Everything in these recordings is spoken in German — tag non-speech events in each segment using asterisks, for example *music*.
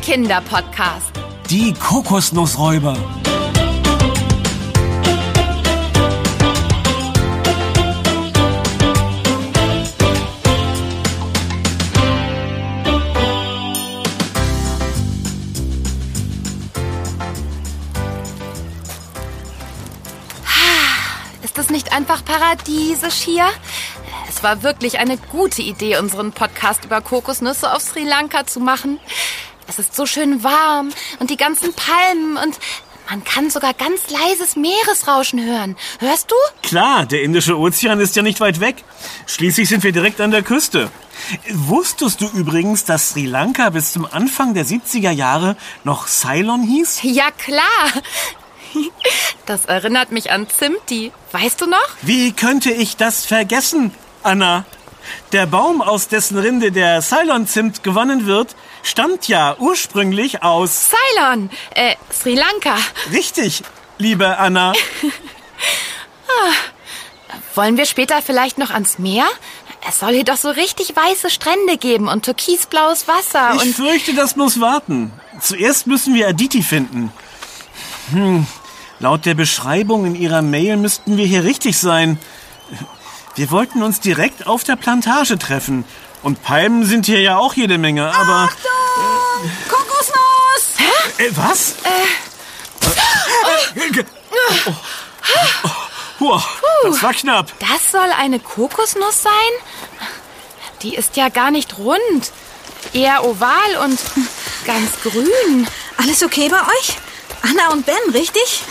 Kinderpodcast. Die Kokosnussräuber. Ist es nicht einfach paradiesisch hier? Es war wirklich eine gute Idee, unseren Podcast über Kokosnüsse auf Sri Lanka zu machen. Es ist so schön warm und die ganzen Palmen und man kann sogar ganz leises Meeresrauschen hören. Hörst du? Klar, der Indische Ozean ist ja nicht weit weg. Schließlich sind wir direkt an der Küste. Wusstest du übrigens, dass Sri Lanka bis zum Anfang der 70er Jahre noch Ceylon hieß? Ja klar. Das erinnert mich an Zimti. Weißt du noch? Wie könnte ich das vergessen, Anna? Der Baum, aus dessen Rinde der Ceylon-Zimt gewonnen wird, stammt ja ursprünglich aus... Ceylon, äh, Sri Lanka. Richtig, liebe Anna. Wollen wir später vielleicht noch ans Meer? Es soll hier doch so richtig weiße Strände geben und türkisblaues Wasser Ich und fürchte, das muss warten. Zuerst müssen wir Aditi finden. Hm. Laut der Beschreibung in ihrer Mail müssten wir hier richtig sein. Wir wollten uns direkt auf der Plantage treffen. Und Palmen sind hier ja auch jede Menge, aber... Kokosnuss! Äh, was? Äh. Oh. Oh. Huah, Das war knapp. das soll eine Kokosnuss sein? Die ist ja gar nicht rund, eher oval und ganz grün. Alles okay bei euch? Anna und Ben, richtig?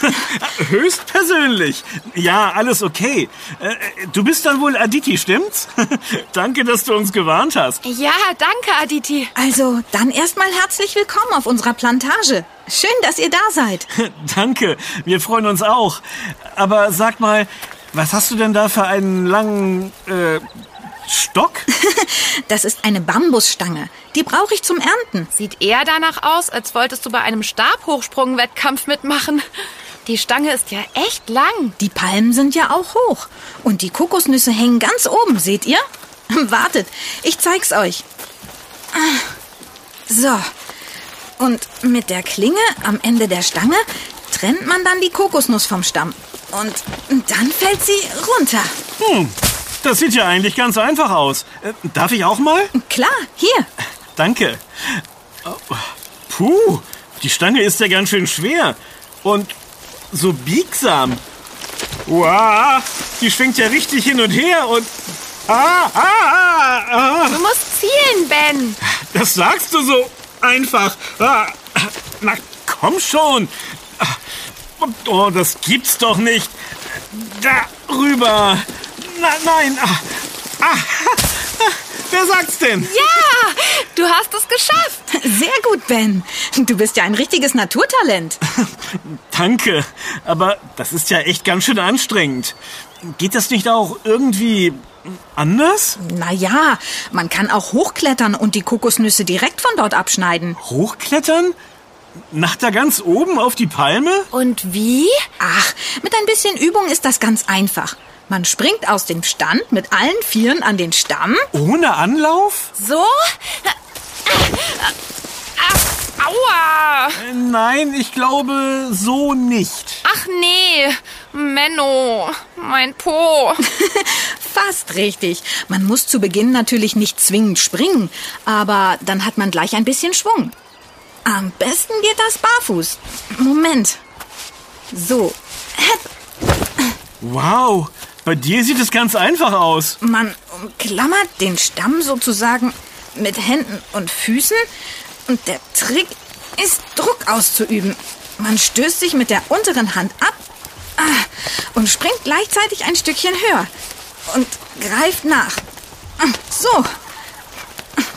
Höchstpersönlich. Ja, alles okay. Äh, Du bist dann wohl Aditi, stimmt's? *laughs* Danke, dass du uns gewarnt hast. Ja, danke, Aditi. Also, dann erstmal herzlich willkommen auf unserer Plantage. Schön, dass ihr da seid. *laughs* Danke, wir freuen uns auch. Aber sag mal, was hast du denn da für einen langen äh, Stock? Das ist eine Bambusstange. Die brauche ich zum Ernten. Sieht eher danach aus, als wolltest du bei einem Stabhochsprung-Wettkampf mitmachen. Die Stange ist ja echt lang. Die Palmen sind ja auch hoch. Und die Kokosnüsse hängen ganz oben, seht ihr? *laughs* Wartet, ich zeig's euch. Ah, So. Und mit der Klinge am Ende der Stange trennt man dann die Kokosnuss vom Stamm. Und dann fällt sie runter. Hm, das sieht ja eigentlich ganz einfach aus. Äh, darf ich auch mal? Klar, hier. Danke. Oh, Puh, die Stange ist ja ganz schön schwer. Und so biegsam. Wow, die schwingt ja richtig hin und her und... Ah, ah, ah, ah. Du musst zielen, Ben. Das sagst du so einfach. Ah, Na komm schon. Oh, das gibt's doch nicht. Da rüber. Na, nein. Ah, ah, wer sagt's denn? Ja, du hast es geschafft. Sehr gut, Ben. Du bist ja ein richtiges Naturtalent. Danke. Aber das ist ja echt ganz schön anstrengend. Geht das nicht auch irgendwie anders? Naja, man kann auch hochklettern und die Kokosnüsse direkt von dort abschneiden. Hochklettern? Nach da ganz oben auf die Palme? Und wie? Ach, mit ein bisschen Übung ist das ganz einfach. Man springt aus dem Stand mit allen Vieren an den Stamm. Ohne Anlauf? So? Ach, aua! Äh, Nein, ich glaube so nicht. Ach nee, Menno, mein Po. Fast richtig. Man muss zu Beginn natürlich nicht zwingend springen, aber dann hat man gleich ein bisschen Schwung. Am besten geht das barfuß. Moment. So, Wow, bei dir sieht es ganz einfach aus. Man umklammert den Stamm sozusagen mit Händen und Füßen und der Trick ist, Druck auszuüben. Man stößt sich mit der unteren Hand ab ah, und springt gleichzeitig ein Stückchen höher und greift nach. Ah, So.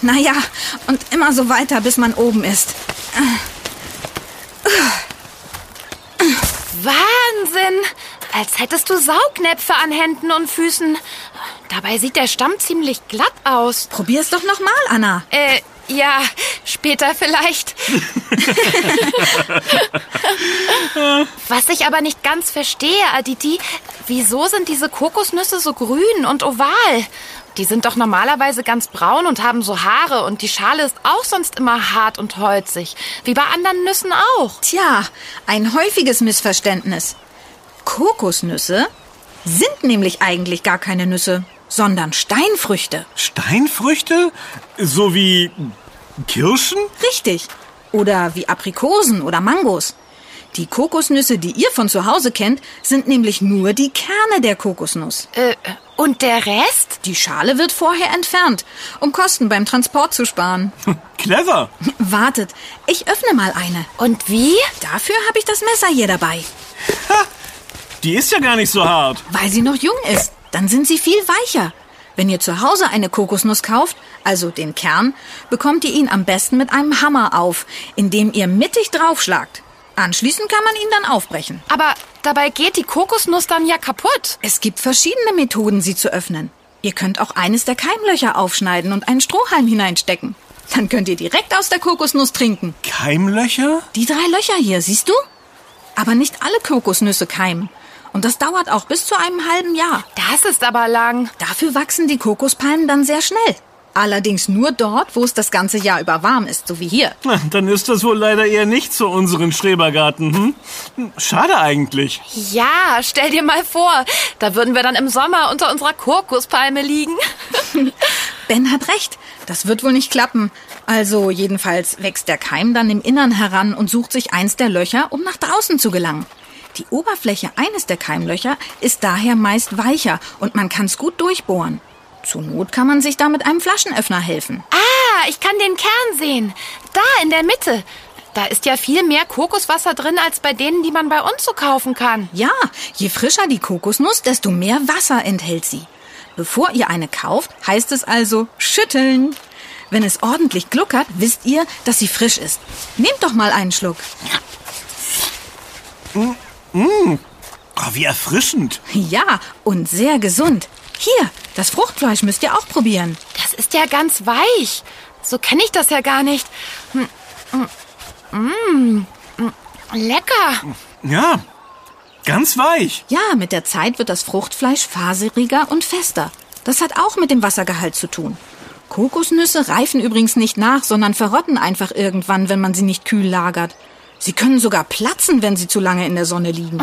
Naja, und immer so weiter, bis man oben ist. Wahnsinn! Als hättest du Saugnäpfe an Händen und Füßen. Dabei sieht der Stamm ziemlich glatt aus. Probier's doch nochmal, Anna. Äh, Ja, später vielleicht. Was ich aber nicht ganz verstehe, Aditi, wieso sind diese Kokosnüsse so grün und oval? Die sind doch normalerweise ganz braun und haben so Haare und die Schale ist auch sonst immer hart und holzig, wie bei anderen Nüssen auch. Tja, ein häufiges Missverständnis. Kokosnüsse sind nämlich eigentlich gar keine Nüsse, sondern Steinfrüchte. Steinfrüchte? So wie Kirschen? Richtig. Oder wie Aprikosen oder Mangos. Die Kokosnüsse, die ihr von zu Hause kennt, sind nämlich nur die Kerne der Kokosnuss. Äh, und der Rest? Die Schale wird vorher entfernt, um Kosten beim Transport zu sparen. Clever. Wartet, ich öffne mal eine. Und wie? Dafür habe ich das Messer hier dabei. Die ist ja gar nicht so hart. Weil sie noch jung ist, dann sind sie viel weicher. Wenn ihr zu Hause eine Kokosnuss kauft, also den Kern, bekommt ihr ihn am besten mit einem Hammer auf, indem ihr mittig draufschlagt. Anschließend kann man ihn dann aufbrechen. Aber dabei geht die Kokosnuss dann ja kaputt. Es gibt verschiedene Methoden, sie zu öffnen. Ihr könnt auch eines der Keimlöcher aufschneiden und einen Strohhalm hineinstecken. Dann könnt ihr direkt aus der Kokosnuss trinken. Keimlöcher? Die drei Löcher hier, siehst du? Aber nicht alle Kokosnüsse keimen. Und das dauert auch bis zu einem halben Jahr. Das ist aber lang. Dafür wachsen die Kokospalmen dann sehr schnell. Allerdings nur dort, wo es das ganze Jahr über warm ist, so wie hier. Na, dann ist das wohl leider eher nicht zu unseren Schrebergarten. Hm? Schade eigentlich. Ja, stell dir mal vor, da würden wir dann im Sommer unter unserer Kokospalme liegen. *laughs* Ben hat recht. Das wird wohl nicht klappen. Also jedenfalls wächst der Keim dann im Innern heran und sucht sich eins der Löcher, um nach draußen zu gelangen. Die Oberfläche eines der Keimlöcher ist daher meist weicher und man kann es gut durchbohren. Zur Not kann man sich da mit einem Flaschenöffner helfen. Ah, ich kann den Kern sehen. Da in der Mitte. Da ist ja viel mehr Kokoswasser drin als bei denen, die man bei uns so kaufen kann. Ja, je frischer die Kokosnuss, desto mehr Wasser enthält sie. Bevor ihr eine kauft, heißt es also schütteln. Wenn es ordentlich gluckert, wisst ihr, dass sie frisch ist. Nehmt doch mal einen Schluck. Oh, wie erfrischend. Ja, und sehr gesund. Hier, das Fruchtfleisch müsst ihr auch probieren. Das ist ja ganz weich. So kenne ich das ja gar nicht. Hm, hm, mm, mm, Lecker. Ja, ganz weich. Ja, mit der Zeit wird das Fruchtfleisch faseriger und fester. Das hat auch mit dem Wassergehalt zu tun. Kokosnüsse reifen übrigens nicht nach, sondern verrotten einfach irgendwann, wenn man sie nicht kühl lagert. Sie können sogar platzen, wenn sie zu lange in der Sonne liegen.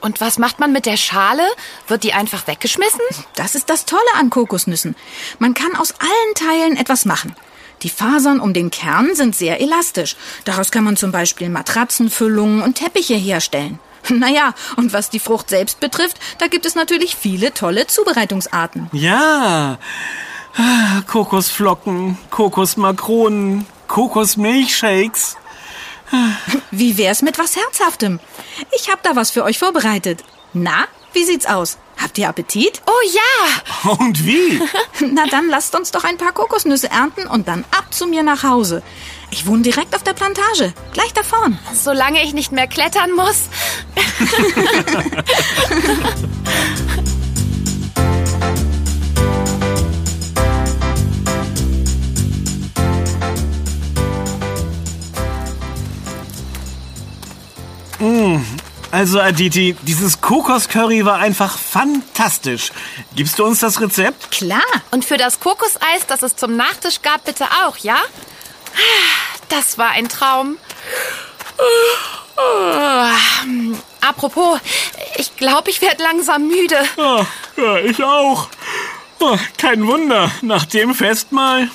Und was macht man mit der Schale? Wird die einfach weggeschmissen? Das ist das Tolle an Kokosnüssen. Man kann aus allen Teilen etwas machen. Die Fasern um den Kern sind sehr elastisch. Daraus kann man zum Beispiel Matratzenfüllungen und Teppiche herstellen. *laughs* Naja, und was die Frucht selbst betrifft, da gibt es natürlich viele tolle Zubereitungsarten. Ja. Ah, Kokosflocken, Kokosmakronen, Kokosmilchshakes. Wie wär's mit was Herzhaftem? Ich hab da was für euch vorbereitet. Na, wie sieht's aus? Habt ihr Appetit? *laughs* Oh ja, Und wie? Na dann lasst uns doch ein paar Kokosnüsse ernten und dann ab zu mir nach Hause. Ich wohne direkt auf der Plantage, gleich da vorn. solange ich nicht mehr klettern muss. Also Aditi, dieses Kokoscurry war einfach fantastisch. Gibst du uns das Rezept? Klar. Und für das Kokoseis, das es zum Nachtisch gab, bitte auch, ja? Das war ein Traum. Apropos, ich glaube, ich werde langsam müde. Ja, Ah, ja ich auch. Oh, kein Wunder, nach dem Festmahl.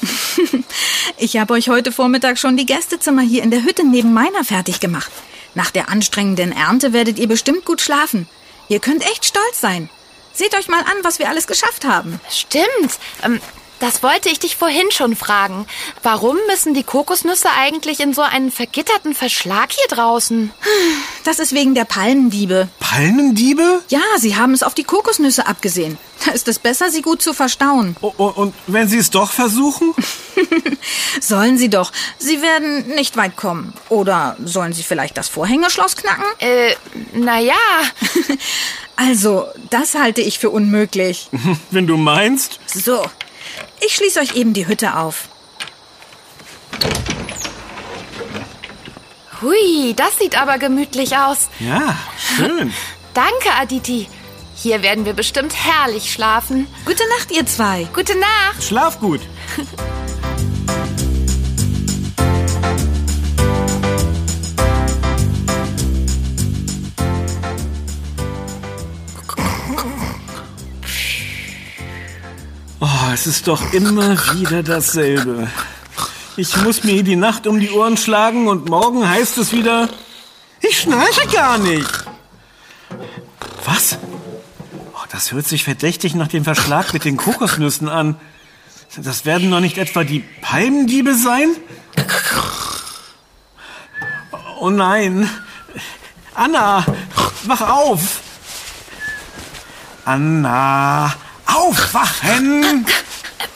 Ich habe euch heute Vormittag schon die Gästezimmer hier in der Hütte neben meiner fertig gemacht. Nach der anstrengenden Ernte werdet ihr bestimmt gut schlafen. Ihr könnt echt stolz sein. Seht euch mal an, was wir alles geschafft haben. Stimmt. Ähm, das wollte ich dich vorhin schon fragen. Warum müssen die Kokosnüsse eigentlich in so einen vergitterten Verschlag hier draußen? Das ist wegen der Palmendiebe. Palmendiebe? Ja, sie haben es auf die Kokosnüsse abgesehen. Da ist es besser, sie gut zu verstauen. O- o- Oh, Und wenn sie es doch *laughs* versuchen? Sollen sie doch. Sie werden nicht weit kommen. Oder sollen sie vielleicht das Vorhängeschloss knacken? Äh, naja, Also, das halte ich für unmöglich. Wenn du meinst. So, ich schließe euch eben die Hütte auf. Hui, das sieht aber gemütlich aus. Ja, schön. Danke, Aditi. Hier werden wir bestimmt herrlich schlafen. Gute Nacht, ihr zwei. Gute Nacht. Schlaf gut. Oh, es ist doch immer wieder dasselbe. Ich muss mir die Nacht um die Ohren schlagen und morgen heißt es wieder, ich schnarche gar nicht. Was? Oh, das hört sich verdächtig nach dem Verschlag mit den Kokosnüssen an. Das werden doch nicht etwa die Palmendiebe sein? Oh nein. Anna, wach auf. Anna, aufwachen.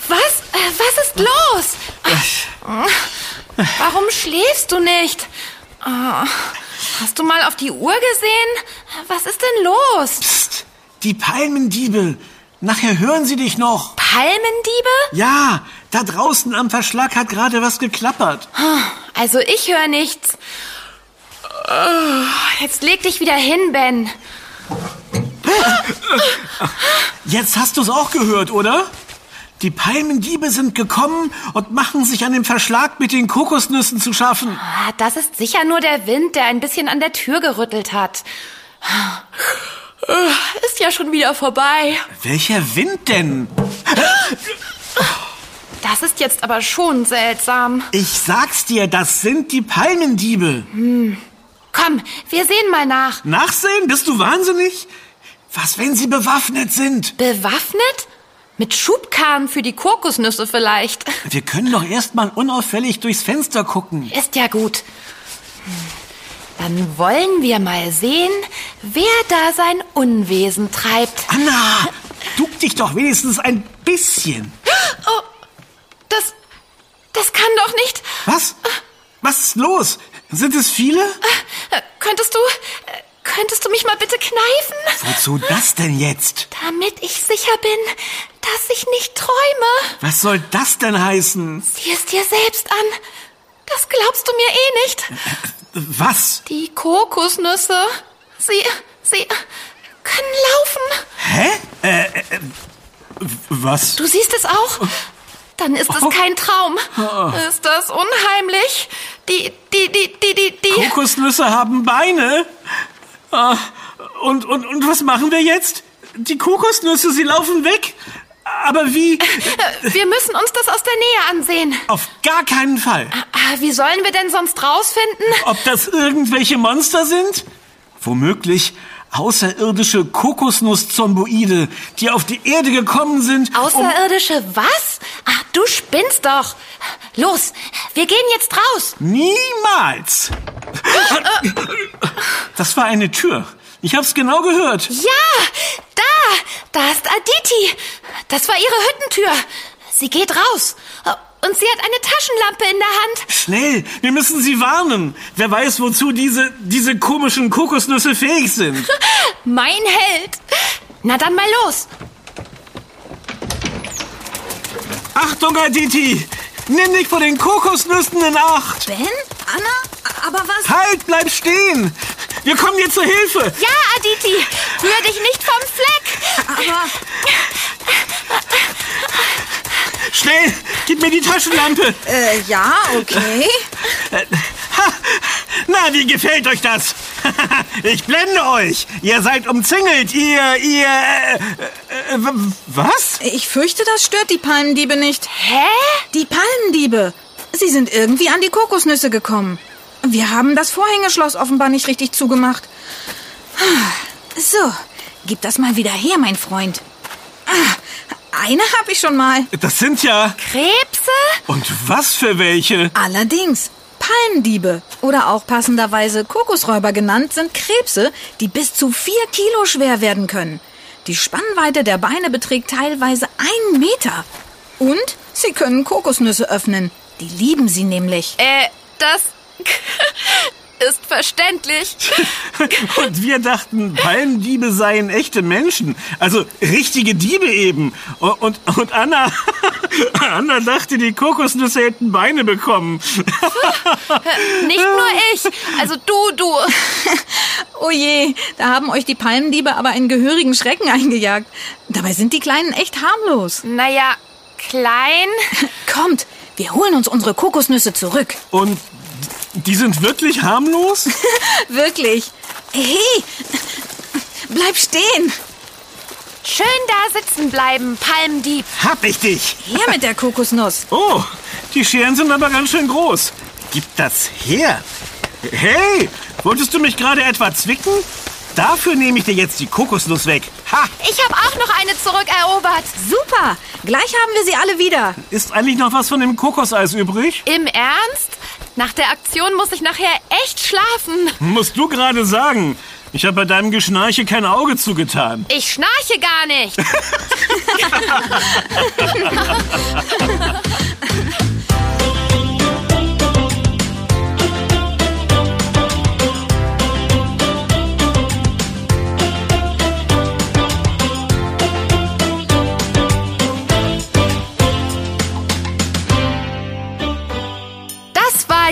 Was? Äh, Was ist los? Warum schläfst du nicht? Ah, Hast du mal auf die Uhr gesehen? Was ist denn los? Psst, die Palmendiebe. Nachher hören sie dich noch. Palmendiebe? Ja, da draußen am Verschlag hat gerade was geklappert. Also ich höre nichts. Ah, Jetzt leg dich wieder hin, Ben. Jetzt hast du's auch gehört, oder? Die Palmendiebe sind gekommen und machen sich an dem Verschlag mit den Kokosnüssen zu schaffen. Ah, Das ist sicher nur der Wind, der ein bisschen an der Tür gerüttelt hat. Ah, Ist ja schon wieder vorbei. Welcher Wind denn? Das ist jetzt aber schon seltsam. Ich sag's dir, das sind die Palmendiebe. Komm, wir sehen mal nach. Nachsehen? Bist du wahnsinnig? Was, wenn sie bewaffnet sind? Bewaffnet? Mit Schubkarren für die Kokosnüsse vielleicht. Wir können doch erstmal unauffällig durchs Fenster gucken. Ist ja gut. Hm. Dann wollen wir mal sehen, wer da sein Unwesen treibt. Anna, duck dich doch wenigstens ein bisschen. Das, das kann doch nicht. Was? Was ist los? Sind es viele? Äh, Könntest du, äh, könntest du mich mal bitte kneifen? Wozu das denn jetzt? Damit ich sicher bin, dass ich nicht träume. Was soll das denn heißen? Sieh es dir selbst an. Das glaubst du mir eh nicht. Was? Die Kokosnüsse, sie, sie können laufen. Hä? Äh, äh, äh, was? Du siehst es auch? Dann ist es kein Traum. Ist das unheimlich? Die, die, die, die, die, die. Kokosnüsse haben Beine. Ah, Und, und, und was machen wir jetzt? Die Kokosnüsse, sie laufen weg. Aber wie? Äh, Wir müssen uns das aus der Nähe ansehen. Auf gar keinen Fall. Ah, Wie sollen wir denn sonst rausfinden? Ob das irgendwelche Monster sind? Womöglich außerirdische Kokosnuss-Zomboide, die auf die Erde gekommen sind. um- Außerirdische was? Ah, du spinnst doch. Los, wir gehen jetzt raus. Niemals! Das war eine Tür. Ich hab's genau gehört. Ja, da, da ist Aditi. Das war ihre Hüttentür. Sie geht raus. Und sie hat eine Taschenlampe in der Hand. Schnell, wir müssen sie warnen. Wer weiß, wozu diese, diese komischen Kokosnüsse fähig sind. Mein Held. Na dann mal los. Achtung, Aditi! Nimm dich vor den Kokosnüssen in Acht! Ben? Anna? Aber was? Halt, bleib stehen! Wir kommen dir zur Hilfe! Ja, Aditi, rühr dich nicht vom Fleck. Aber Schnell, gib mir die Taschenlampe! äh, ja, okay. Äh, ha, Na, wie gefällt euch das? *laughs* ich blende euch! Ihr seid umzingelt, ihr, ihr... Äh, äh, äh, w- was? Ich fürchte, das stört die Palmendiebe nicht. Hä? Die Palmendiebe. Sie sind irgendwie an die Kokosnüsse gekommen. Wir haben das Vorhängeschloss offenbar nicht richtig zugemacht. So, gib das mal wieder her, mein Freund. Ah, Eine habe ich schon mal. Das sind ja... Krebse? Und was für welche? Allerdings, Palmendiebe oder auch passenderweise Kokosräuber genannt sind Krebse, die bis zu vier Kilo schwer werden können. Die Spannweite der Beine beträgt teilweise einen Meter. Und sie können Kokosnüsse öffnen. Die lieben sie nämlich. Äh, das Äh, *laughs* ist verständlich. *laughs* Und wir dachten, Palmdiebe seien echte Menschen. Also richtige Diebe eben. Und, und Anna, *laughs* Anna dachte, die Kokosnüsse hätten Beine bekommen. Nicht nur ich. Also du, du. Oh je, da haben euch die Palmendiebe aber einen gehörigen Schrecken eingejagt. Dabei sind die Kleinen echt harmlos. Naja, klein. Kommt, wir holen uns unsere Kokosnüsse zurück. Und die sind wirklich harmlos? Wirklich. Hey, bleib stehen. Schön da sitzen bleiben, Palmdieb. *laughs* Hab ich dich. Her mit der Kokosnuss. Oh, die Scheren sind aber ganz schön groß. Gib das her. Hey, wolltest du mich gerade etwa zwicken? Dafür nehme ich dir jetzt die Kokosnuss weg. Ha! Ich habe auch noch eine zurückerobert. Super, gleich haben wir sie alle wieder. Ist eigentlich noch was von dem Kokoseis übrig? Im Ernst? Nach der Aktion muss ich nachher echt schlafen. Musst du gerade sagen. Ich habe bei deinem Geschnarche kein Auge zugetan. Ich schnarche gar nicht. Das war